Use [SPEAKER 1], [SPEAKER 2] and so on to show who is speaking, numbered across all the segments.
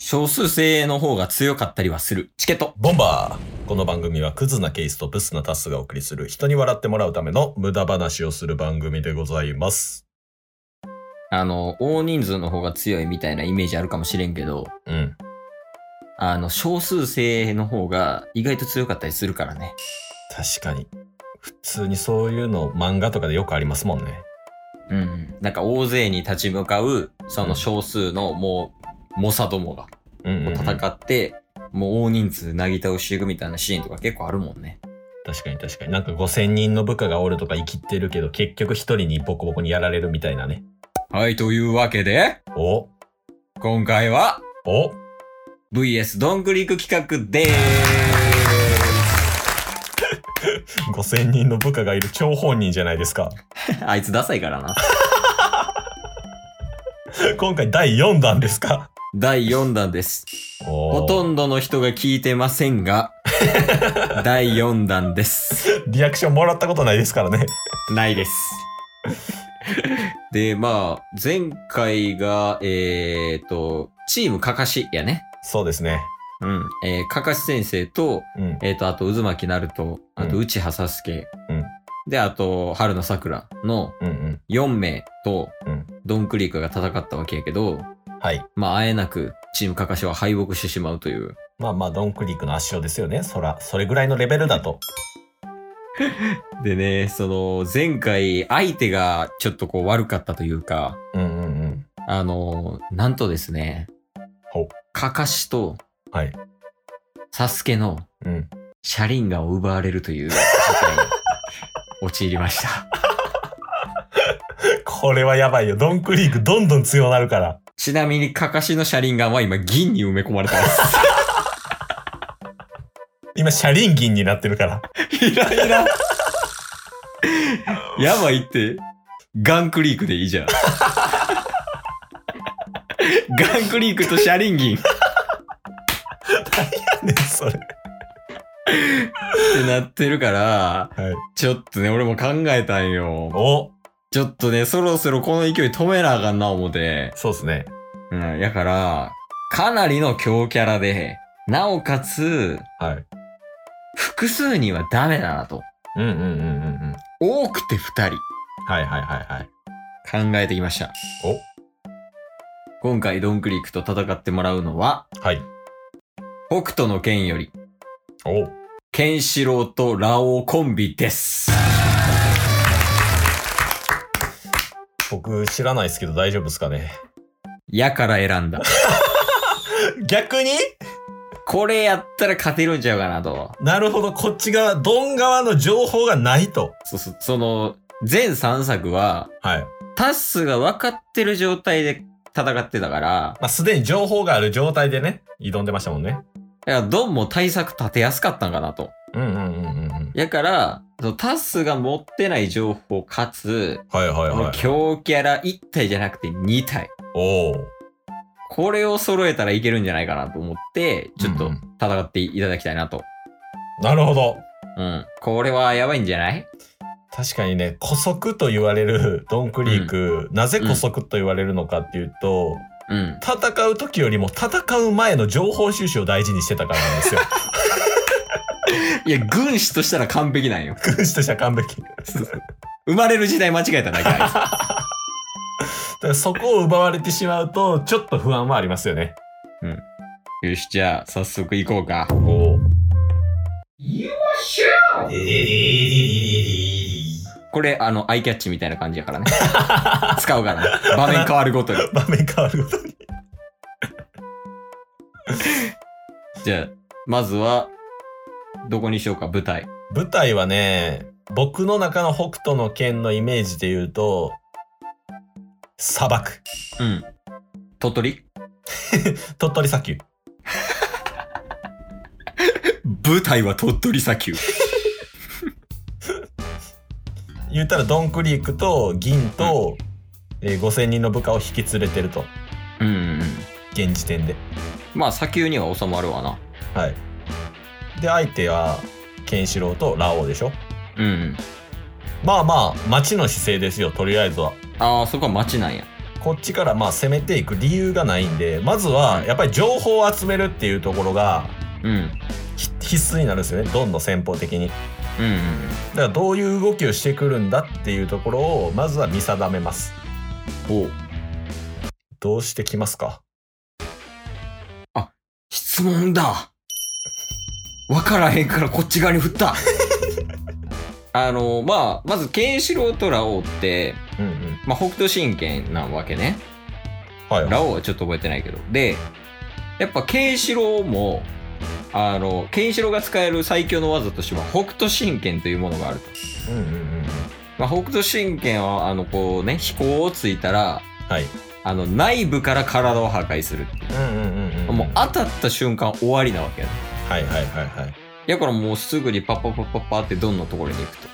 [SPEAKER 1] 少数精鋭の方が強かったりはする。チケット。
[SPEAKER 2] ボンバーこの番組はクズなケースとブスなタスがお送りする人に笑ってもらうための無駄話をする番組でございます。
[SPEAKER 1] あの、大人数の方が強いみたいなイメージあるかもしれんけど、
[SPEAKER 2] うん。
[SPEAKER 1] あの、少数精鋭の方が意外と強かったりするからね。
[SPEAKER 2] 確かに。普通にそういうの漫画とかでよくありますもんね。
[SPEAKER 1] うん。なんか大勢に立ち向かう、その少数のもう、猛者どもが
[SPEAKER 2] うんうん、うん。
[SPEAKER 1] 戦って、もう大人数なぎ倒していくみたいなシーンとか結構あるもんね。
[SPEAKER 2] 確かに確かに。なんか5000人の部下がおるとか生きてるけど、結局一人にボコボコにやられるみたいなね。
[SPEAKER 1] はい、というわけで、
[SPEAKER 2] お
[SPEAKER 1] 今回は、
[SPEAKER 2] お
[SPEAKER 1] VS どんぐりく企画でーす
[SPEAKER 2] !5000 人の部下がいる張本人じゃないですか。
[SPEAKER 1] あいつダサいからな。
[SPEAKER 2] 今回第4弾ですか。
[SPEAKER 1] 第4弾です。ほ
[SPEAKER 2] ほ
[SPEAKER 1] とんどの人が聞いてませんが、第4弾です。
[SPEAKER 2] リアクションもらったことないですからね。
[SPEAKER 1] ないです。で、まあ、前回が、えーと、チームかかしやね。
[SPEAKER 2] そうですね。
[SPEAKER 1] うん。えー、かかし先生と、
[SPEAKER 2] うん。
[SPEAKER 1] えーと、あと、渦巻なると、あと、
[SPEAKER 2] うん
[SPEAKER 1] 内葉さすけ。
[SPEAKER 2] うん
[SPEAKER 1] で、あと、春の桜の
[SPEAKER 2] うんうん。
[SPEAKER 1] 4名と
[SPEAKER 2] うん、
[SPEAKER 1] ドンクリークが戦ったわけやけど、
[SPEAKER 2] はい。
[SPEAKER 1] まあ、あえなく、チームかかしは敗北してしまうという。
[SPEAKER 2] まあまあ、ドンクリークの圧勝ですよね。そら、それぐらいのレベルだと。
[SPEAKER 1] でね、その、前回、相手がちょっとこう悪かったというか、
[SPEAKER 2] うんうんうん。
[SPEAKER 1] あの、なんとですね
[SPEAKER 2] ほう、
[SPEAKER 1] かかしと、
[SPEAKER 2] はい。
[SPEAKER 1] サスケの
[SPEAKER 2] うん。
[SPEAKER 1] 車輪が奪われるという事態に陥りました。
[SPEAKER 2] これはやばいよ。ドンクリークどんどん強なるから。
[SPEAKER 1] ちなみに、かかしの車輪がは今、銀に埋め込まれて ます。
[SPEAKER 2] 今、車輪銀になってるから。
[SPEAKER 1] いらいら。やばいって、ガンクリークでいいじ ゃん。ガンクリークと車輪銀。
[SPEAKER 2] ね、それ。
[SPEAKER 1] ってなってるから、
[SPEAKER 2] はい
[SPEAKER 1] ちょっとね、俺も考えたんよ。
[SPEAKER 2] お
[SPEAKER 1] ちょっとね、そろそろこの勢い止めなあかんな思て。
[SPEAKER 2] そうですね。
[SPEAKER 1] うん、やから、かなりの強キャラで、なおかつ、
[SPEAKER 2] はい。
[SPEAKER 1] 複数人はダメだなと。
[SPEAKER 2] うんうんうんうんうん。
[SPEAKER 1] 多くて二人、
[SPEAKER 2] はいはいはいはい。
[SPEAKER 1] 考えてきました。
[SPEAKER 2] お
[SPEAKER 1] 今回ドンクリークと戦ってもらうのは、
[SPEAKER 2] はい。
[SPEAKER 1] 北斗の剣より、
[SPEAKER 2] お
[SPEAKER 1] ケンシロウとラオウコンビです。
[SPEAKER 2] 僕知らないですけど大丈夫ですかね。
[SPEAKER 1] やから選んだ。
[SPEAKER 2] 逆に
[SPEAKER 1] これやったら勝てるんちゃうかなと。
[SPEAKER 2] なるほど、こっち側、ドン側の情報がないと。
[SPEAKER 1] そうそう、その、全3作は、
[SPEAKER 2] はい。
[SPEAKER 1] タッスが分かってる状態で戦ってたから、
[SPEAKER 2] まあ、すでに情報がある状態でね、挑んでましたもんね。
[SPEAKER 1] いや、ドンも対策立てやすかったんかなと。
[SPEAKER 2] うんうんうんうんうん。
[SPEAKER 1] やから、そのタッスが持ってない情報かつ、
[SPEAKER 2] はいはい
[SPEAKER 1] この
[SPEAKER 2] はい。
[SPEAKER 1] 強キャラ1体じゃなくて2体。
[SPEAKER 2] おお。
[SPEAKER 1] これを揃えたらいけるんじゃないかなと思って、ちょっ
[SPEAKER 2] う
[SPEAKER 1] と
[SPEAKER 2] んうん
[SPEAKER 1] 戦っていただきたいなと。
[SPEAKER 2] なるほど。
[SPEAKER 1] うん。これはやばいんじゃない
[SPEAKER 2] 確かにね、古速と言われるドンクリーク、なぜ古速と言われるのかっていうと、
[SPEAKER 1] うん。
[SPEAKER 2] 戦う時よりも戦う前の情報収集を大事にしてたからなんですよ。
[SPEAKER 1] いや、軍師としたら完璧なんよ。
[SPEAKER 2] 軍師としては完璧。
[SPEAKER 1] 生まれる時代間違えただけなんです
[SPEAKER 2] だからそこを奪われてしまうと、ちょっと不安はありますよね。
[SPEAKER 1] よし、じゃあ、早速行こうか。
[SPEAKER 2] おお。
[SPEAKER 1] これ、あの、アイキャッチみたいな感じやからね。 使うから、場面変わるごとに。
[SPEAKER 2] 場面変わるごとに。
[SPEAKER 1] じゃあ、まずは、どこにしようか、舞台。
[SPEAKER 2] 舞台はね、僕の中の北斗の剣のイメージで言うと、砂漠。
[SPEAKER 1] うん。鳥取
[SPEAKER 2] 鳥取砂丘。
[SPEAKER 1] 舞台は鳥取砂丘。
[SPEAKER 2] 言ったらドンクリークと銀と、えー5000人の部下を引き連れてると。
[SPEAKER 1] うんうんうん。
[SPEAKER 2] 現時点で。
[SPEAKER 1] まあ、砂丘には収まるわな。
[SPEAKER 2] はい。で、相手は、ケンシロウとラオウでしょ。
[SPEAKER 1] うんうん。
[SPEAKER 2] まあまあ、町の姿勢ですよ、とりあえずは。
[SPEAKER 1] ああ、そこは町なんや。
[SPEAKER 2] こっちからまあ攻めていく理由がないんで、まずはやっぱり情報を集めるっていうところが
[SPEAKER 1] うん。うん
[SPEAKER 2] ひ必須になるんですよね。どんどん戦法的に。だ
[SPEAKER 1] うん
[SPEAKER 2] からどういう動きをしてくるんだっていうところを、まずは見定めます。
[SPEAKER 1] うん。お
[SPEAKER 2] どうしてきますか
[SPEAKER 1] 質問だわからへんからこっち側に振った あの、まあ、まず、ケンシロウとラオウって、
[SPEAKER 2] うんうん。
[SPEAKER 1] まあ、北斗神拳なわけね。
[SPEAKER 2] はい、はい。
[SPEAKER 1] ラオウはちょっと覚えてないけど。で、やっぱケンシロウも、あの、ケンシロウが使える最強の技としては、北斗神拳というものがあると。
[SPEAKER 2] うんうんうん。
[SPEAKER 1] まあ、北斗神拳は、あの、こうね、飛行をついたら、
[SPEAKER 2] はい。
[SPEAKER 1] あの、内部から体を破壊するってい
[SPEAKER 2] うんうんうん
[SPEAKER 1] う。
[SPEAKER 2] ん。
[SPEAKER 1] もう、当たった瞬間終わりなわけやね。
[SPEAKER 2] はいはいはいはい。
[SPEAKER 1] いや、これもうすぐにパッパッパッパッパってドンのところに行くと。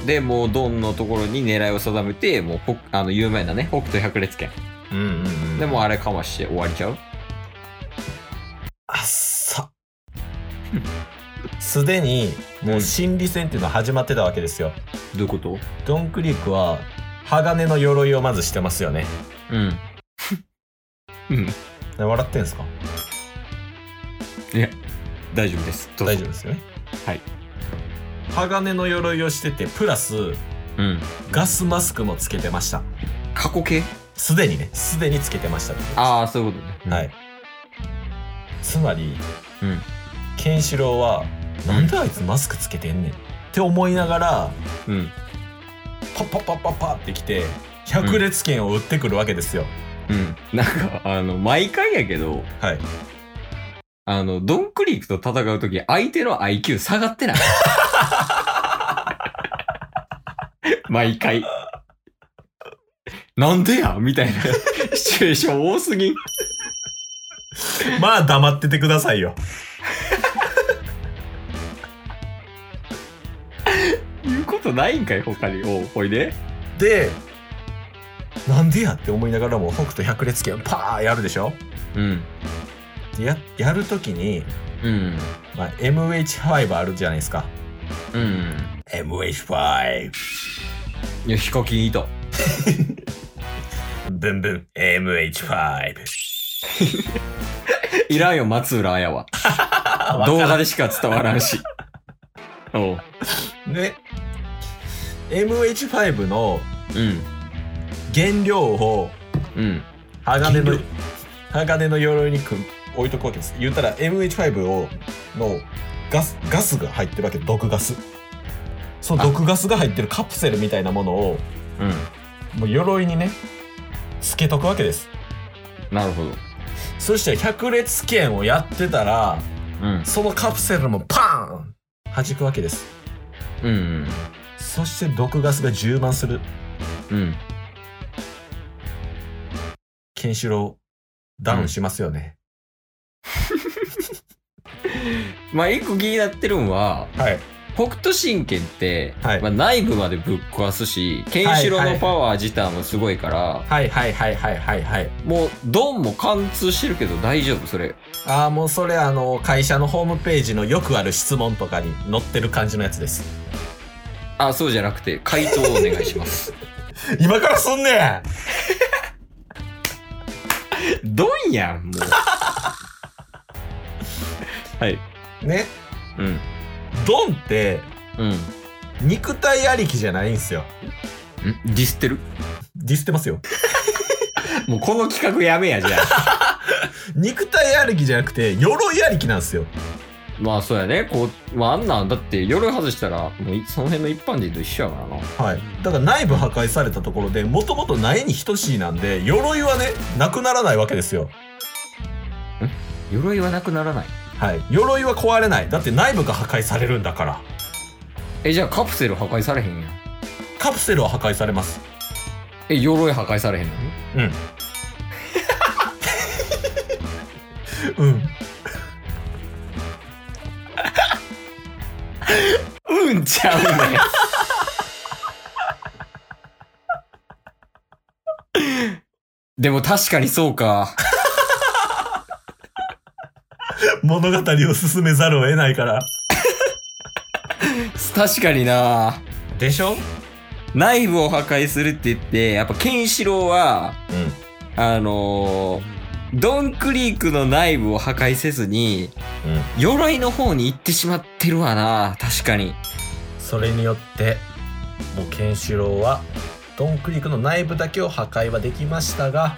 [SPEAKER 2] うん。
[SPEAKER 1] で、もうドンのところに狙いを定めて、もうほ、あの、有名なね、北斗百裂拳。
[SPEAKER 2] うんうんうん。
[SPEAKER 1] でもうあれかまして終わりちゃう
[SPEAKER 2] あっさ。すでに、もう心理戦っていうのは始まってたわけですよ。
[SPEAKER 1] どういうこと
[SPEAKER 2] ドンクリークは、鋼の鎧をまずしてますよね。
[SPEAKER 1] うん。 うん。
[SPEAKER 2] な笑ってんすか
[SPEAKER 1] 大丈夫です。どうぞ
[SPEAKER 2] 大丈夫ですよね。
[SPEAKER 1] はい。
[SPEAKER 2] 鋼の鎧をしてて、プラス、
[SPEAKER 1] うん。
[SPEAKER 2] ガスマスクもつけてました。
[SPEAKER 1] 過去形
[SPEAKER 2] すでにね、すでにつけてましたってことです。
[SPEAKER 1] ああ、そういうことね。うん
[SPEAKER 2] はい。。つまり、
[SPEAKER 1] うん。
[SPEAKER 2] ケンシロウは、なんであいつマスクつけてんねんって思いながら、
[SPEAKER 1] うん。
[SPEAKER 2] パッパッパッパッパッってきて百裂剣を打ってくるわけですよ、
[SPEAKER 1] うん。なんか、あの、毎回やけど、
[SPEAKER 2] はい
[SPEAKER 1] あの、ドンクリークと戦うとき、相手の IQ 下がってない。 毎回。なんでやみたいなシチュエーション多すぎん。
[SPEAKER 2] まあ黙っててくださいよ
[SPEAKER 1] 言うことないんかい、他に。おうほいで。
[SPEAKER 2] でなんでやって思いながらも北斗百裂剣パーやるでしょ
[SPEAKER 1] うん。
[SPEAKER 2] でややるときに、
[SPEAKER 1] うん。
[SPEAKER 2] まあ、MH5 あるじゃないですか
[SPEAKER 1] うん。
[SPEAKER 2] MH5
[SPEAKER 1] いや、ヒカキンいた。
[SPEAKER 2] ブンブン MH5
[SPEAKER 1] いらんよ、松浦 綾は。動画でしか伝わらんし。おう。
[SPEAKER 2] ね MH5 の
[SPEAKER 1] うん。
[SPEAKER 2] 原料を
[SPEAKER 1] うん。
[SPEAKER 2] 鋼の
[SPEAKER 1] 原料
[SPEAKER 2] 鋼の鎧にく置いとくわけです言ったら MH5 をのガスガスが入ってるわけ毒ガスその毒ガスが入ってるカプセルみたいなものを
[SPEAKER 1] う
[SPEAKER 2] もう鎧にねつけとくわけです
[SPEAKER 1] ん。なるほど。
[SPEAKER 2] そして百裂剣をやってたら
[SPEAKER 1] うん。
[SPEAKER 2] そのカプセルもパーン弾くわけです
[SPEAKER 1] うん。
[SPEAKER 2] そして毒ガスが充満する
[SPEAKER 1] うん。
[SPEAKER 2] ケンシロウダウンしますよね、
[SPEAKER 1] まあ、一個気になってるんは、
[SPEAKER 2] はい
[SPEAKER 1] 北斗神拳って、
[SPEAKER 2] はい
[SPEAKER 1] まあ、内部までぶっ壊すし、ケンシロウのパワー自体もすごいから、
[SPEAKER 2] はいはいはいはいはいはい
[SPEAKER 1] もう、ドンも貫通してるけど大丈夫それ。
[SPEAKER 2] ああもうそれあの会社のホームページのよくある質問とかに載ってる感じのやつです
[SPEAKER 1] あ、そうじゃなくて、回答をお願いします。
[SPEAKER 2] 今からすんねん
[SPEAKER 1] ドンや ん、もう。はい。
[SPEAKER 2] ね
[SPEAKER 1] うん。
[SPEAKER 2] ドンって
[SPEAKER 1] うん。ん
[SPEAKER 2] 肉体ありきじゃないんすよ
[SPEAKER 1] ディスってる
[SPEAKER 2] ディスってますよ
[SPEAKER 1] もうこの企画やめや、じゃあ。
[SPEAKER 2] 肉体ありきじゃなくて鎧ありきなんすよ
[SPEAKER 1] まあ、そうやね。こう、まあ、あんなん、だって、鎧外したら、もうい、その辺の一般人と一緒やからな。
[SPEAKER 2] はいだから内部破壊されたところでもともとないに等しいなんで鎧はねなくならないわけですよ
[SPEAKER 1] 鎧はなくならない。
[SPEAKER 2] はい鎧は壊れないだって内部が破壊されるんだから
[SPEAKER 1] え、じゃあカプセル破壊されへんやん。
[SPEAKER 2] カプセルは破壊されます
[SPEAKER 1] え、鎧破壊されへんの
[SPEAKER 2] うん。うん。
[SPEAKER 1] うんちゃうね。 でも確かにそうか。
[SPEAKER 2] 物語を進めざるを得ないから。
[SPEAKER 1] 確かにな
[SPEAKER 2] でしょ
[SPEAKER 1] 内部を破壊するって言って、やっぱケンシロウは、
[SPEAKER 2] うん。
[SPEAKER 1] あのードンクリークの内部を破壊せずに、
[SPEAKER 2] うん。
[SPEAKER 1] 鎧の方に行ってしまってるわな、確かに。
[SPEAKER 2] それによってもうケンシロウはドンクリークの内部だけを破壊はできましたが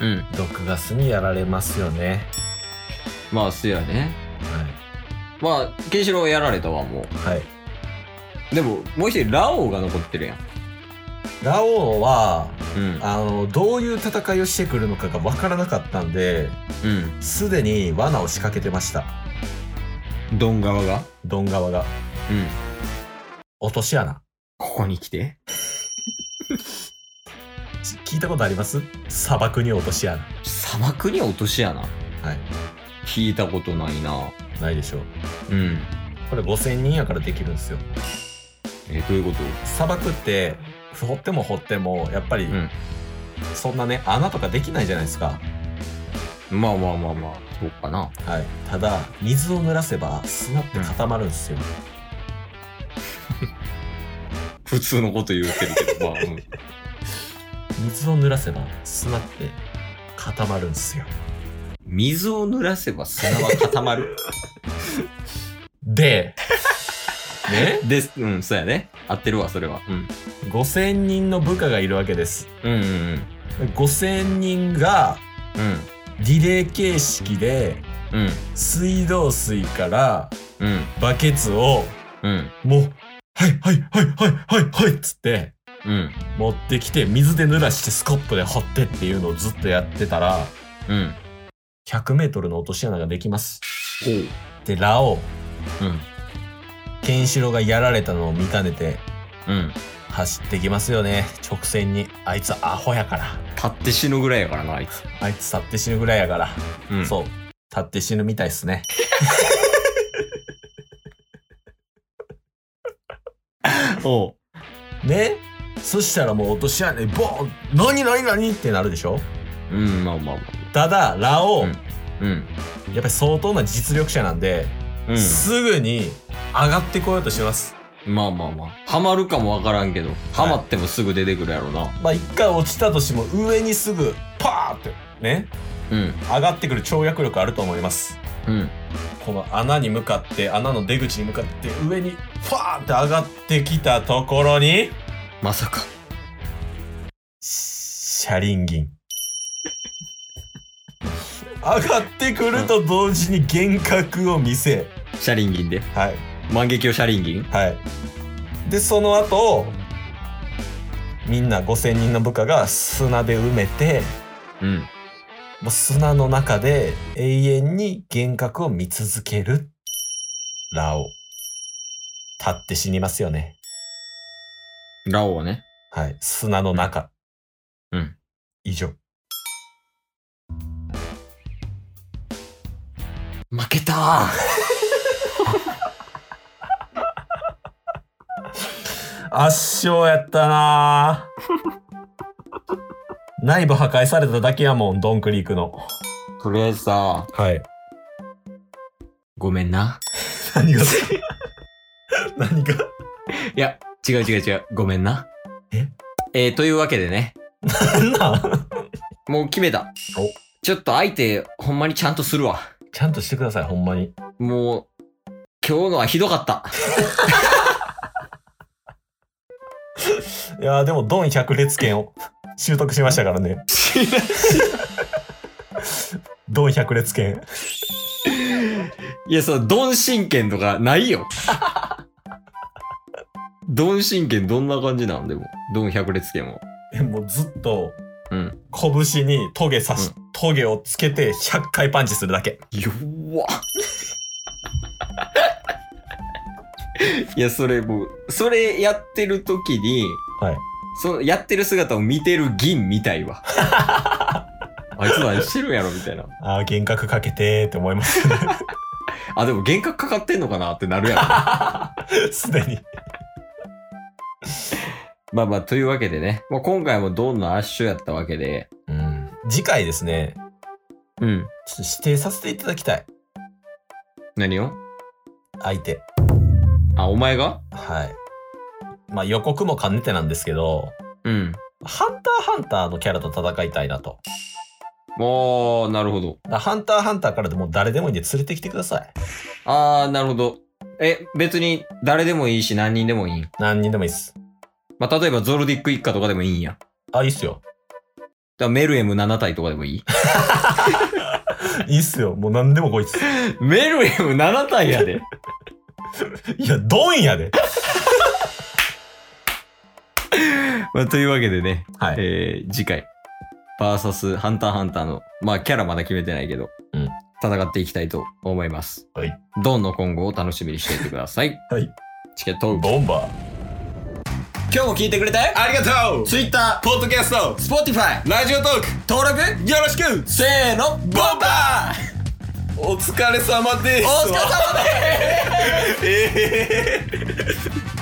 [SPEAKER 1] うん。
[SPEAKER 2] 毒ガスにやられますよね、
[SPEAKER 1] まあ、そうやね。
[SPEAKER 2] は
[SPEAKER 1] まあ、ケンシロウはやられたわ、も
[SPEAKER 2] い、はい、
[SPEAKER 1] う。でも、もう一人、ラオウが残ってるやん。
[SPEAKER 2] ラオウは
[SPEAKER 1] うん。
[SPEAKER 2] あのどういう戦いをしてくるのかが分からなかったんで
[SPEAKER 1] うん。
[SPEAKER 2] すでに罠を仕掛けてました
[SPEAKER 1] ドン側が
[SPEAKER 2] ドン側が
[SPEAKER 1] うん。
[SPEAKER 2] 落とし穴
[SPEAKER 1] ここに来て。
[SPEAKER 2] し聞いたことあります砂漠に落とし穴。
[SPEAKER 1] 砂漠に落とし穴。はい聞いたことないな。
[SPEAKER 2] ないでしょう
[SPEAKER 1] うん。
[SPEAKER 2] これ5000人やからできるんですよ
[SPEAKER 1] え、どういうこと
[SPEAKER 2] 砂漠って掘っても掘ってもやっぱり
[SPEAKER 1] ん
[SPEAKER 2] そんなね穴とかできないじゃないですか
[SPEAKER 1] まあまあまあまあ、そうかな。
[SPEAKER 2] はい、ただ水を濡らせば砂って固まるんですよ、
[SPEAKER 1] 普通のこと言うてるけど、まあ、うん
[SPEAKER 2] 水を濡らせば砂って固まるんですよ
[SPEAKER 1] 水を濡らせば砂は固ま る。
[SPEAKER 2] でね
[SPEAKER 1] です、うん、そうやね。合ってるわ、それは。うん。
[SPEAKER 2] 5,000人の部下がいるわけです
[SPEAKER 1] うんうんうん。
[SPEAKER 2] 5,000人がリレー形式で
[SPEAKER 1] うん。
[SPEAKER 2] 水道水から
[SPEAKER 1] うん。うん。
[SPEAKER 2] バケツを
[SPEAKER 1] うん。
[SPEAKER 2] もう「はいはいはいはいはいはい」っつって
[SPEAKER 1] うん。
[SPEAKER 2] 持ってきて水で濡らしてスコップで掘ってっていうのをずっとやってたら
[SPEAKER 1] うん。
[SPEAKER 2] 100m の落とし穴ができます
[SPEAKER 1] おう。
[SPEAKER 2] でラオウ
[SPEAKER 1] うん。
[SPEAKER 2] ケンシロウがやられたのを見かねて
[SPEAKER 1] うん。
[SPEAKER 2] 走ってきますよね直線にあいつアホやから
[SPEAKER 1] 立って死ぬぐらいやからな、あいつ。
[SPEAKER 2] あいつ立って死ぬぐらいやから、
[SPEAKER 1] うん。
[SPEAKER 2] そう立って死ぬみたいっすね
[SPEAKER 1] おう。
[SPEAKER 2] ねそしたらもう落とし穴にボーン何何何ってなるでしょ
[SPEAKER 1] うん、まあまあま
[SPEAKER 2] ただラオウ、
[SPEAKER 1] うんあ。うん。
[SPEAKER 2] やっぱり相当な実力者なんで、
[SPEAKER 1] う
[SPEAKER 2] すぐに上がってこようとします
[SPEAKER 1] ん。まあまあまあ。ハマるかもわからんけど、ハマってもすぐ出てくるやろな。
[SPEAKER 2] まあ一回落ちたとしても上にすぐパーってね
[SPEAKER 1] うん。
[SPEAKER 2] 上がってくる跳躍力あると思います
[SPEAKER 1] うん。
[SPEAKER 2] この穴に向かって穴の出口に向かって上にファーンって上がってきたところに
[SPEAKER 1] まさか。
[SPEAKER 2] 車輪銀上がってくると同時に幻覚を見せ
[SPEAKER 1] 車輪銀で。
[SPEAKER 2] はい
[SPEAKER 1] 万華鏡車輪銀
[SPEAKER 2] はいでその後みんな5,000人の部下が砂で埋めて
[SPEAKER 1] うん。
[SPEAKER 2] もう砂の中で永遠に幻覚を見続けるラオウ立って死にますよね
[SPEAKER 1] ラオウはね。
[SPEAKER 2] はい。砂の中。
[SPEAKER 1] うん。
[SPEAKER 2] 以上。
[SPEAKER 1] 負けたー
[SPEAKER 2] 圧勝やったなぁ 内部破壊されただけやもん、ドンクリークの。
[SPEAKER 1] とりあえずさ、
[SPEAKER 2] はい。
[SPEAKER 1] ごめんな。
[SPEAKER 2] 何が 何が
[SPEAKER 1] いや、違う違う違う。ごめんな。
[SPEAKER 2] え
[SPEAKER 1] えーというわけでね、
[SPEAKER 2] 何なん
[SPEAKER 1] もう決めた。
[SPEAKER 2] お
[SPEAKER 1] ちょっと相手、ほんまにちゃんとするわ。
[SPEAKER 2] ちゃんとしてください、ほんまに。
[SPEAKER 1] もう、今日のはひどかった。
[SPEAKER 2] いやーでも、ドン百列拳を習得しましたからね。ドン百列拳。
[SPEAKER 1] いや、その、ドン神剣とかない よ。ドン神剣どんな感じなんでも。ドン百列剣は。
[SPEAKER 2] えもうずっと、
[SPEAKER 1] うん。
[SPEAKER 2] 拳にトゲ刺し、トゲをつけて100回パンチするだけ。
[SPEAKER 1] 弱っ。いや、それもう、それやってる時に、
[SPEAKER 2] はい。
[SPEAKER 1] そのやってる姿を見てる銀みたい わ。あいつ何してるんやろみたいな。
[SPEAKER 2] ああ、幻覚かけてーって思いますね。
[SPEAKER 1] あ、でも幻覚かかってんのかなってなるやろ。
[SPEAKER 2] すでに。
[SPEAKER 1] まあまあ、というわけでね。まあ、今回もどんな圧勝やったわけで。
[SPEAKER 2] うん、次回ですね
[SPEAKER 1] うん。
[SPEAKER 2] ちょっと指定させていただきたい
[SPEAKER 1] 何を
[SPEAKER 2] 相手
[SPEAKER 1] あ、お前が
[SPEAKER 2] はいまあ予告も兼ねてなんですけど、
[SPEAKER 1] うん。
[SPEAKER 2] ハンターハンターのキャラと戦いたいなと。
[SPEAKER 1] おー、なるほど。
[SPEAKER 2] だからハンターハンターからでも誰でもいいんで連れてきてください。
[SPEAKER 1] あー、なるほど。え、別に誰でもいいし何人でもいいん。
[SPEAKER 2] 何人でもいいっす。
[SPEAKER 1] まあ、例えばゾルディック一家とかでもいいんや。だか
[SPEAKER 2] あ、いいっすよ。
[SPEAKER 1] らメルエム7体とかでもいい
[SPEAKER 2] いいっすよ。もう何でもこいつ。
[SPEAKER 1] メルエム7体やで。
[SPEAKER 2] いや、ドンやで。
[SPEAKER 1] まあ、というわけでね、
[SPEAKER 2] はい
[SPEAKER 1] えー次回、バーサスハンターハンターの、まあ、キャラまだ決めてないけど、
[SPEAKER 2] うん
[SPEAKER 1] 戦っていきたいと思います。
[SPEAKER 2] はい。
[SPEAKER 1] ドンの今後を楽しみにしていてください。
[SPEAKER 2] はい。
[SPEAKER 1] チケット。
[SPEAKER 2] ボンバー。
[SPEAKER 1] 今日も聞いてくれてありがとう !Twitter、ポッドキャスト、Spotify、ラジオトーク、登録よろしくせーの、ボンバー
[SPEAKER 2] お疲れ様です
[SPEAKER 1] お疲れ様です
[SPEAKER 2] ええ